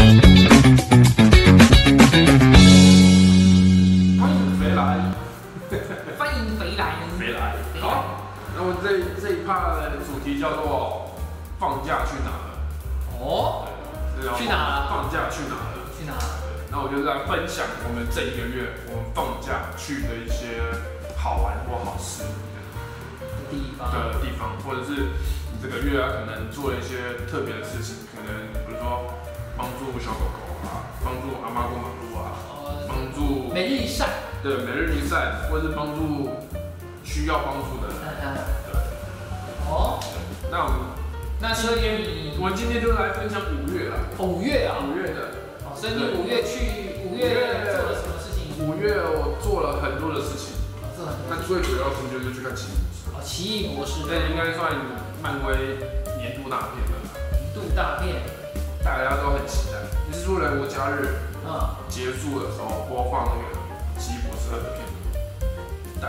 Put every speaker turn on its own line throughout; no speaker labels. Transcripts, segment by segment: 啊放假去哪了，
哦去哪？
然后我就来分享我们这一个月我们放假去的一些好玩或好吃
的地方？
的地方，或者是你这个月啊可能做了一些特别的事情，可能比如说帮助小狗狗啊，帮助阿妈过马路啊，
哦，
帮助
每日一晒。
对每日一善，或者是帮助需要帮助的人。对
嗯哦，
那我们
那所以你
我今天就来分享五月啦，
五月啊，
五月的
哦，所以你五月去，
五
五月
月
做了什么事情？
五月我做了很多的事情，
哦做了很多
那最主要的事情就是去看《奇异博士
哦，奇异博士》，
这应该算漫威年度大片了，
杜大便，
大家都很期待。蜘蛛人国假日
嗯，
结束的时候播放那个《奇异博士二》的片段，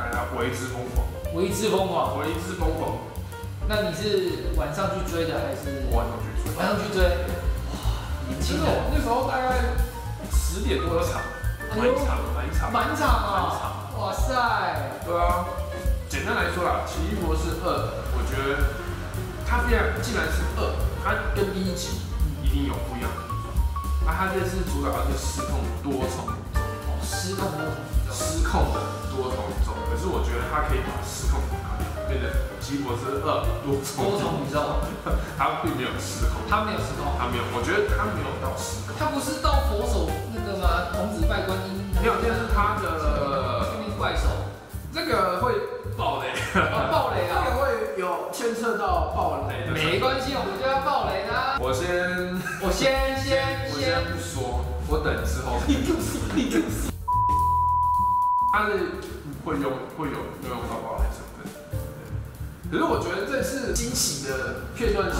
大家为之疯狂，
为之疯狂。
为之疯狂，
那你是晚上去追的还是
我晚上去追。
晚上去追？哇，年
其
轻
实
人
我那时候大概十点多的场，
哎
满
呦
场满场。
满场啊！哇塞，
对啊，简单来说啦，《奇异博士二》，我觉得它既然既然是二，它跟第一集一定有不一样的地方。那它这次主打的是失控多重宇宙，
哦失控了，
失控的多重宇宙。可是我觉得它可以把失控拿掉，变成《奇异博士二》多
多
重，
重宇宙，
它并没有失控，
他没有失控，
它没有，我觉得它没有到失控。
他不是到佛手那个吗？童子拜观音，呃
没有，这是它的
那边 怪手，
这个会爆雷，
啊，爆雷
这
啊！
个会有牵涉到爆雷的成分。
没关系，我们就要爆雷啦。
我先
我先先
我先
先，
不说，我等之后。你就是你就是，他是会用会有会用到爆雷成分。对可是我觉得这次惊喜的片段是《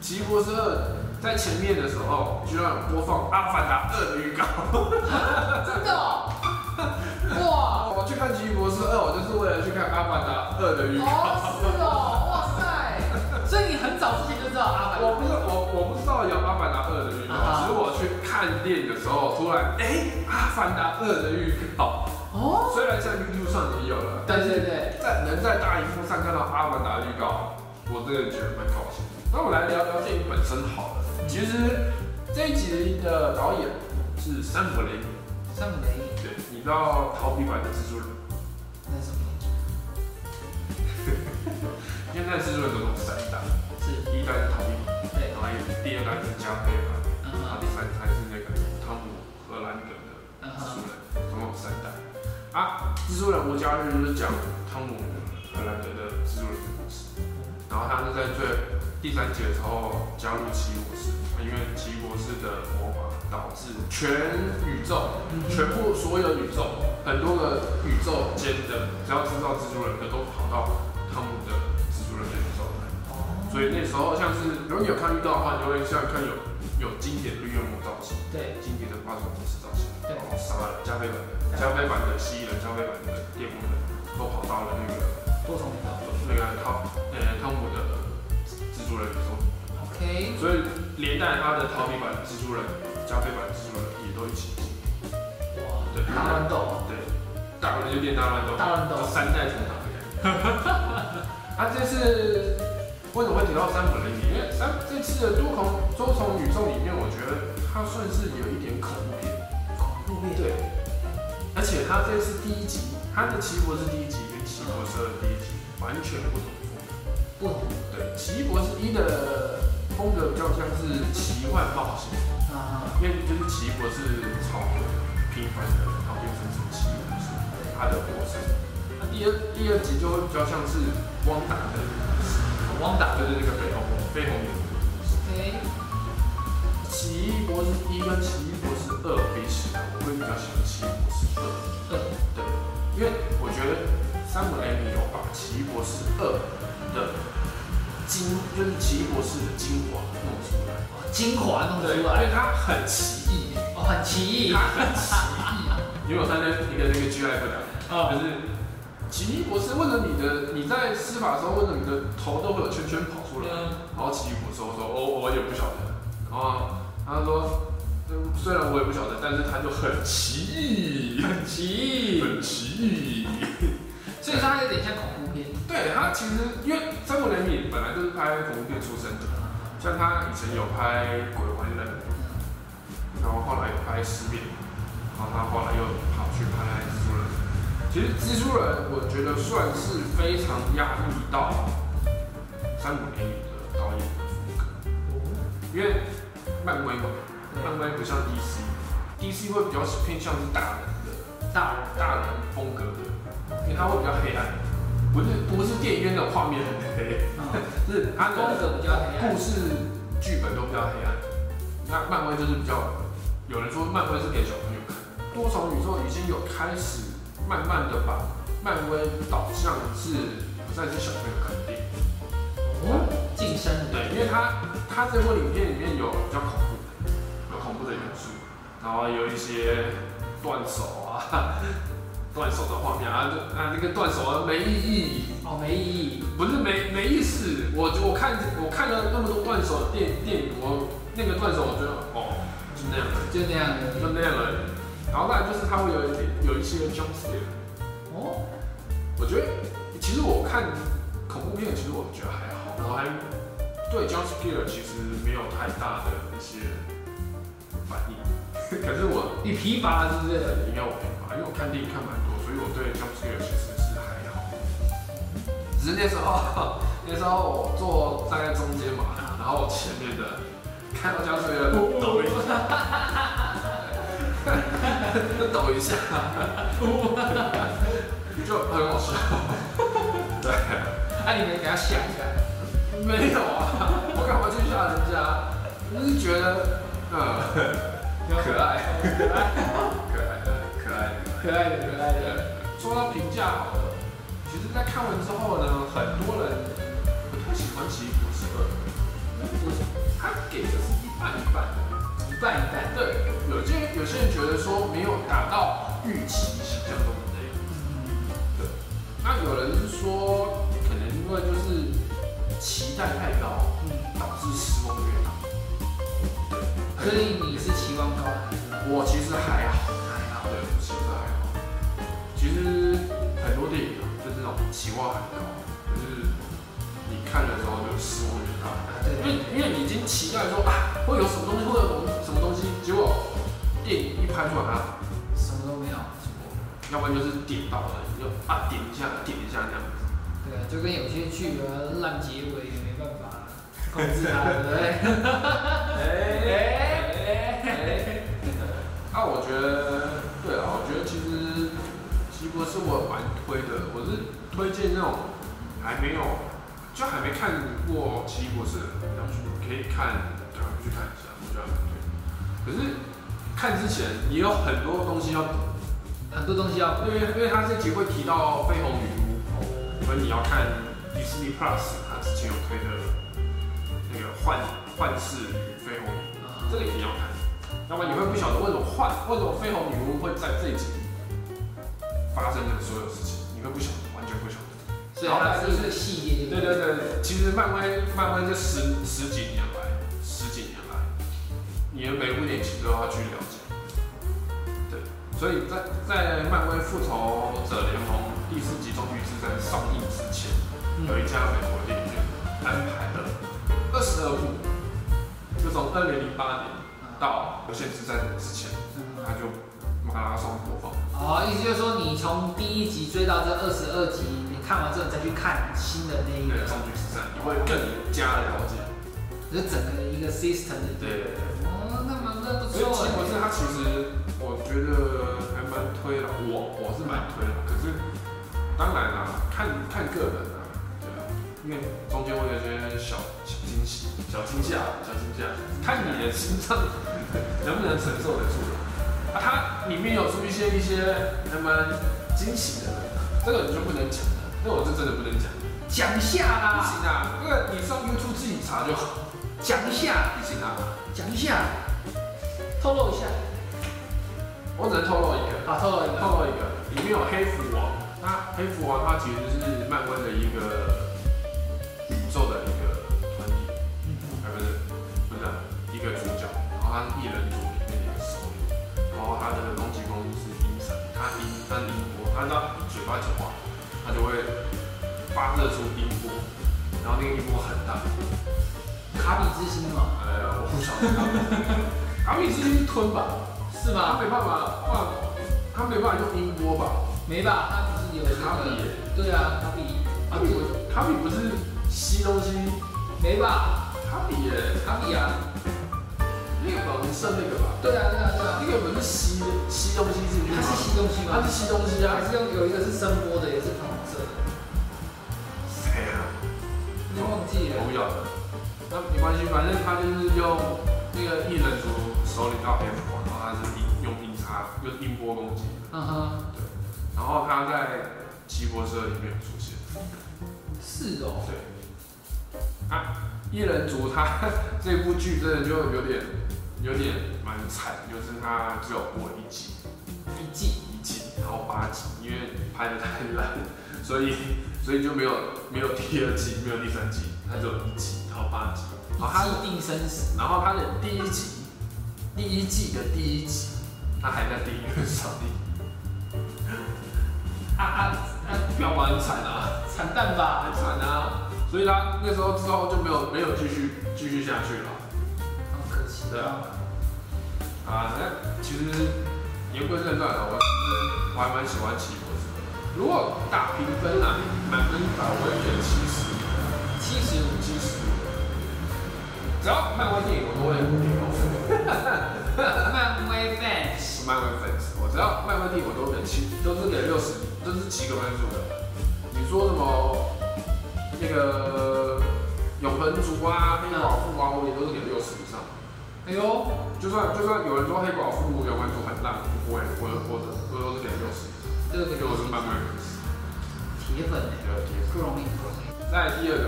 奇异博士二》在前面的时候，居然有播放《阿凡达二》的预告。
真的哦，哇，
我去看《奇异博士二》，我就是为了去看《阿凡达二》的预告。
哦是哦，哇塞，所以你很早之前就知道阿凡达，
我不是我我不知道有《阿凡达二》的预告，
啊
只是我去看电影的时候，突然哎，《阿凡达二》的预告。
哦，
虽然在 YouTube 上也有了，但是
对对对，
在能在大荧幕上看到《阿凡达》预告，我真的觉得蛮高兴的。那我来聊聊电影本身好了。其实这一集的导演是山姆雷米，
山姆雷
对，你知道《逃避版的蜘蛛人》，
那是什么？
现在蜘蛛人总共有三代，
是，
第一代是逃避版，
对，
然后第二代是加菲版，
嗯
然后
哼
第三代是那个汤姆荷兰德的
嗯
蜘蛛
哼，
人，总共有三代。啊，蜘蛛人国家日就是讲汤姆荷兰德的蜘蛛人的故事，然后他是在最第三节的时候加入奇异博士，因为奇异博士的魔法导致全宇宙、全部所有宇宙、很多个宇宙间的，只要知道蜘蛛人的都跑到汤姆的蜘蛛人的宇宙来。
哦，
所以那时候像是，如果你有看遇到的话，你就会像看有有经典绿恶魔造型。
对，
呃经典的八种模式造型，
对
然后杀了加菲版的、加菲版的蜥蜴人、加菲版的电工人，都跑到了那个
多重宇宙
那个汤呃汤姆的蜘蛛人宇宙，
，OK。
所以连带他的逃避版蜘蛛人、加菲版蜘蛛人也都一起进，
哇，
对
大乱斗，
对，大乱就变大乱斗，
大乱斗
三代同堂的感觉。 他啊这次为什么会提到山姆雷米？因为山这次的多重多重宇宙里面，我觉得它算是有一点恐怖片。
恐怖片，
对，而且他这是第一集，他的奇异博士第一集跟奇异博士二第一集完全不同风格。
不同
对，奇异博士一的风格比较像是奇幻冒险，
啊，
因为就是奇异博士从平凡人，然后变成成奇异博士，他的过程。那第二第二集就会比较像是汪达的，
汪达
就是那个绯红绯红女巫。
，OK，
奇异博士一跟奇异博士二比起来，我会比较喜欢奇异博士二。
对，
对，因为我觉得山姆雷米有把《奇异博士二》的精，就是《奇异博士》的精华弄出来，
哇精华弄出
因为
来，
它很奇异，
哦，很奇异，
它很奇异。因为我参加一个那个 G Live 的，
啊，
就是奇异博士，为什么你的你在施法的时候，为什么你的头都会有圈圈跑出来？
嗯
然后奇异博士我说，哦，我也不晓得。然后他说，嗯虽然我也不晓得，但是他就很奇异，
很奇异，
很奇异。
所以说它有点像恐怖片，
对他其实，因为山姆雷米本来就是拍恐怖片出身的，像他以前有拍《鬼魂人》，他失恋，然后他后来又跑去拍蜘蛛人。其实蜘蛛人我觉得算是非常压抑到山姆雷米的导演的风格，因为漫威嘛，漫威不像 DC，DC 会比较偏向是大人的
大人
大人风格的，因为它会比较黑暗，不是不是电影院的画面很黑，是它的
风格比较黑暗
故事剧本都比较黑暗。那漫威就是比较，有人说漫威是给小朋友看，多重宇宙已经有开始慢慢的把漫威导向是不再是小朋友看的电影，
哦，晋升的
对，因为它它这部影片里面有比较恐怖的，有恐怖的元素，然后有一些断手啊， 断手的画面啊，这啊那个断手啊没意义，
哦，没意义，
不是没没意思，我我看我看了那么多断手的电电影，我那个断手我觉得哦就那样而已，
就那样的。
就那样而已。然后再来就是它会有一点有一些 jump scare，
哦，
我觉得其实我看恐怖片，其实我觉得还好，我还对 jump scare 其实没有太大的一些反应。 可是我
你疲乏了是不是？
应该我没吧，因为我看电影看蛮多，所以我对 jump scare 其实是还好。只是那时候，那时候我坐站在中间嘛，然后我前面的看到 jump scare 抖一下，就抖一下，就很好笑。对，
那、你们给他想一下，
没有啊，我干嘛去吓人家？我是觉得，嗯，可爱，可爱，可爱，可爱。
可爱的，可爱的。
说到评价好了，其实在看完之后呢，很多人不太喜欢《奇异博士二》，
为什么？
他给的是一半一半的。
一半一半。
对，有些有些人觉得说没有达到预期想象中的那样。对，那有人是说，可能因为就是期待太高，
嗯，
导致失望越大。
所以你是期望高还是
我其实还好。
还好？
对，其实还好。其实很多电影啊，就是那种期望很高，可是你看的时候就失望很大，因为因
对，
为你已经期待说啊会有什么东西，会有什么东西，结果电影一拍出来啊，
什么都没有。
要不然就是点到了，你就啊点一下，点一下这样子。
对啊，就跟有些剧啊烂结尾也没办法控制它，对不对？
哎哎哎！啊，我觉得对啊，我觉得其实奇博士我蛮推的，我是推荐那种还没有就还没看过奇异博士的人要去可以看，赶快去看一下，我觉得还蛮推。可是看之前也有很多东西要补，
很多东西要
因为因为他这集会提到绯红女巫，所以你要看 Disney Plus 他之前有推的那个幻幻视与绯红女巫。
啊
这个一定要看，要不然你会不晓得为什么换，为什么绯红女巫会在这一集发生的所有事情，你会不晓得，完全不晓得。
所以它是一个细节，
对对对，其实漫威漫威这十十几年来，十几年来，你的每部电影其实都要去了解。对，所以在在漫威复仇者联盟第四集终于是在上映之前，有
嗯，
一家美国电影院安排了二十二部，就从二零零八年。
到
到无限之战之前，他就马拉松播放。
哦，意思就是说你从第一集追到这二十二集，你看完之后你再去看新的那一
那
个
个，终局之战，你会更加了解。
这整个一个 system 的。
对对对。
哦，那蛮那不
所以
错
奇
哎
博士他其实我觉得还蛮推的，我我是蛮推的。可是当然啦、看看个人啊，对啊，因为中间会有一些小小惊喜、小惊吓、小惊吓，看你的心脏能不能承受得住了。啊，它里面有出一些一些还蛮惊喜的人啊，这个你就不能讲了，那我就真的不能讲。
讲一下
不
啦，
行啊，那个你上 YouTube 自己查就好。
讲一下，
不行啊，
讲一下，透露一下。
我只能透露一个。
啊，透露一个。
透露一个，里面有黑蝠王。那黑蝠王它其实是漫威的一个宇宙的一个团体，哎，不是，不是啊、一个主角，然后他是异人族里面的一个首领，然后他的攻击攻力是阴神，他音但音波，他到嘴巴讲话，他就会发射出音波，然后那个音波很大，
卡比之心嘛，
呃，我不晓得，卡比之心吞吧，
是是
他
吗？
没办法换，他没办法用音波吧？
没吧，他不是有那
卡比
个？
耶，
对啊，他比
卡
啊
比
比
不是卡比不是吸东西，
没吧？
卡比耶，
他比啊，
那个吧，我们剩那个吧，
对啊对啊对啊，
那个不是吸吸东西进去
他是
吗？
吸东西
他
吗？
是吸东西啊
还。是用有一个是声波的，也是反射的，
谁啊？
你忘记
我不
了？
晓得。那没关系，反正他就是用那个艺人组手里到 F 然后他是音用音叉，用音波攻击，
嗯哼，
然后他在齐博社里面有出现。
是哦，
对，啊，艺人族他这部剧真的就有点有点蛮惨，就是他只有播一季，
一季
一季，然后八集，因为拍的太烂，所以所以就没有没有第二季，没有第三季，他只有一季，然后八集，
一
然后他
季定生死，
然后他的第一集，第一季的第一集，他还在订阅上映，
啊啊啊，
要不然很惨啊，
惨淡吧？
很惨啊，所以他那时候之后就没有没有继续继续下去了。
好可惜
对啊。啊，那其实言归正传啊，我我还蛮喜欢奇博士的。如果打评分啊，满分一百，我也给七十，
七十五
七十。只要漫威电影，我都会给高分。
漫威 fans，
是漫威粉丝，我只要漫威电影，我都给七，都是给六十，都是七个分数的。你说什么那个永恒族啊、黑寡妇啊，我也都是给六十以上。
哎呦，
就算就算有人说黑寡妇有关注很烂，我不会，我我我都是给六十，
这个
因为我是漫威粉丝，
铁粉
比
哎，
较贴
不
合。
容易不容易。
再来第二个，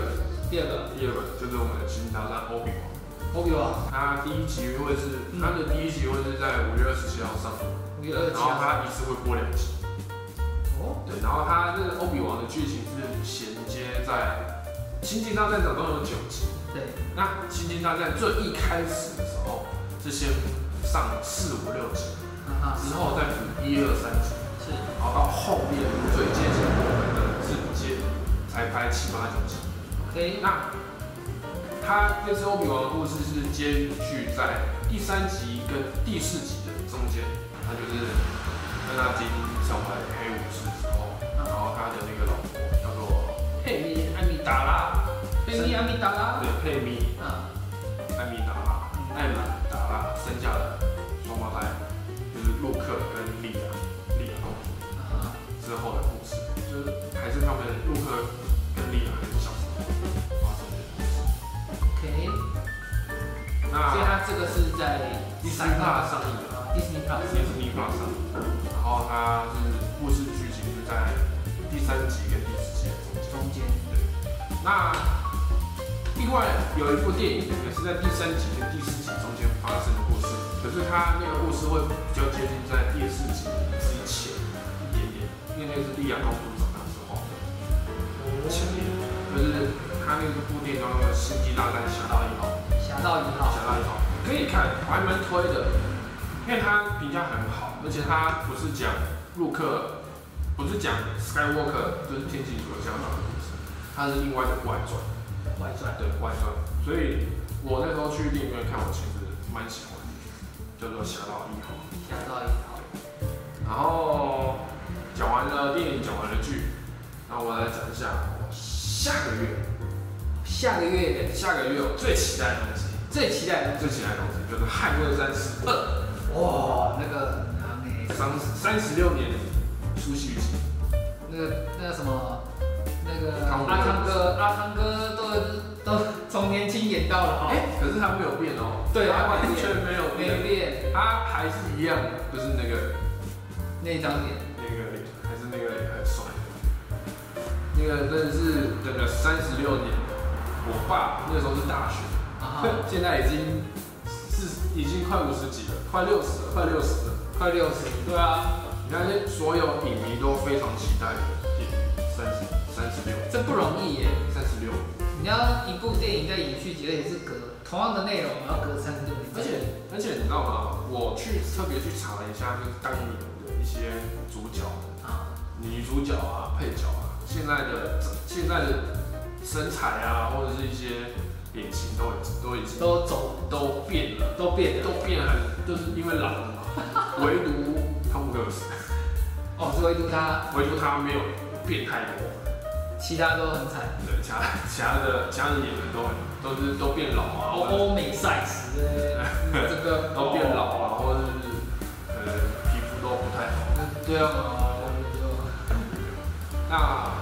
第二个，
第二个就是我们的新挑战欧比王，
欧比啊王，
他第一集会是他的第一集会是在五月二十七号上，
五月
然
二七
后
号。
他一次会播两集，
哦，
对，然后他这个欧比王的剧情是衔接在星际大战总共有九集，
对，
那星际大战最一开始的时候是先上四五六集，
啊哈，
之后再补一二三集。
是，
然后到后面最接近我们的是接才拍七八九集。
OK，
那他这次欧比王的故事是接续在第三集跟第四集的中间，他就是跟他金成为黑武士之后，然后他的那个老婆叫做佩米艾米达拉，
贝尼阿米达拉，
对，佩米
啊，
艾米达拉，艾米达拉生下了双胞胎，就是洛克跟莉亚，莉亚公主。
啊哈，
之后的故事，就是还是他们陆克跟莉亚很小时候发生的故事。
，OK，所以
那
他这个是在
第三
三
大
大
上映了，
迪士尼啊 Plus，
也是尼克上，然后它是故事剧情是在第三集跟第四集的中间。
中间，
那另外有一部电影也是在第三集跟第四集中间发生的故事，可是它那个故事会比较接近在第四集之前一点点，因为那个是莉亚公主长大之后。前面，就是他那个部电影叫做《星际大战：侠盗一号》，
侠盗一号
侠，盗一号可以看，我还蛮推的，因为它评价很好，而且它不是讲陆克，不是讲 Skywalker，就是天启主的想法的故事，它是另外的外传，
外传，
对外传，所以我那时候去电影院看，我其实蛮喜欢的，叫做《侠盗一号》。
侠盗一号，
然后讲完了电影，讲完了剧，然后我来讲一下我下个月。
下个月的
下个月我最期待的东西，
最期待的
最期待的东西就是《骇客三十二
哇，那个很夯哎》
三三十六年出戏集，
那个那个什么，那个
汤姆
阿汤哥，阿汤哥都都从年轻演到老，
哎、可是他没有变哦，
对
他完全没有变，
没变
他还是一样，就是那个
那一张脸，
那个还是那个很帅，那个真的是整个三十六年，我爸那时候是大学，
啊哈，
现在已经是已经快五十几了，快六十了，快六十了。
快六十，
对啊，你看这所有影迷都非常期待的电影三十三十六
这不容易耶。
三十六，
你要一部电影在演续集，而且是隔同样的内容，然后隔三十六年，
而且而且你知道吗？我去特别去查了一下，就是当年的一些主角、
啊，
女主角啊、配角啊，现在的现在的身材啊，或者是一些脸型都已都已经
都走
都变了，
都变了，
都变很就是因为老了嘛，唯独汤姆克鲁斯，
哦，只唯独他，
唯独他没有变太多，
其他都很惨。
对，其他其他的其他的演员都很都是都变老啊，
欧哦欧美赛事，这个
都变老啊，或者是呃皮肤都不太好。
对啊，我
那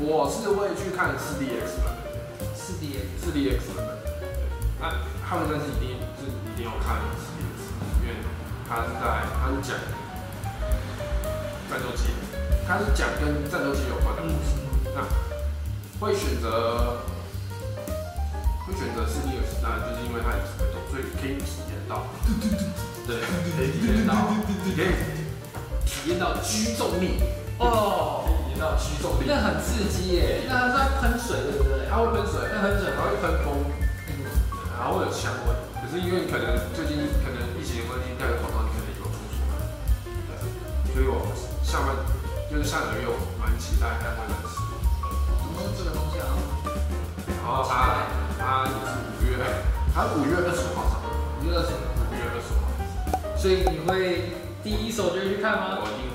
我是会去看 4DX 版本
就四 D
，4DX 版本。对那他们但是一定是一定要看 4DX，因为他是在他是讲战斗机，他是讲跟战斗机有关的。
嗯，
会选择会选择 4DX，当然就是因为它有水动，所以可以体验到。对，可以体验到，你可以体验到居重力，可
哦，
以体验到居重力。
那很刺激耶，那它是在喷水对不对？啊
它会喷水，
那很准
然后会喷风，然后会有香味。可是因为可能最近可能疫情的关系，戴着口罩你可能有出出汗。对，所以我下半就是下个月我蛮期待还会来吃。
怎么这个东西啊？
然后它它也是五月，它五月二十五号上，
娱乐什么？
五月二十五号。
所以你会第一手就会去看吗？
我一定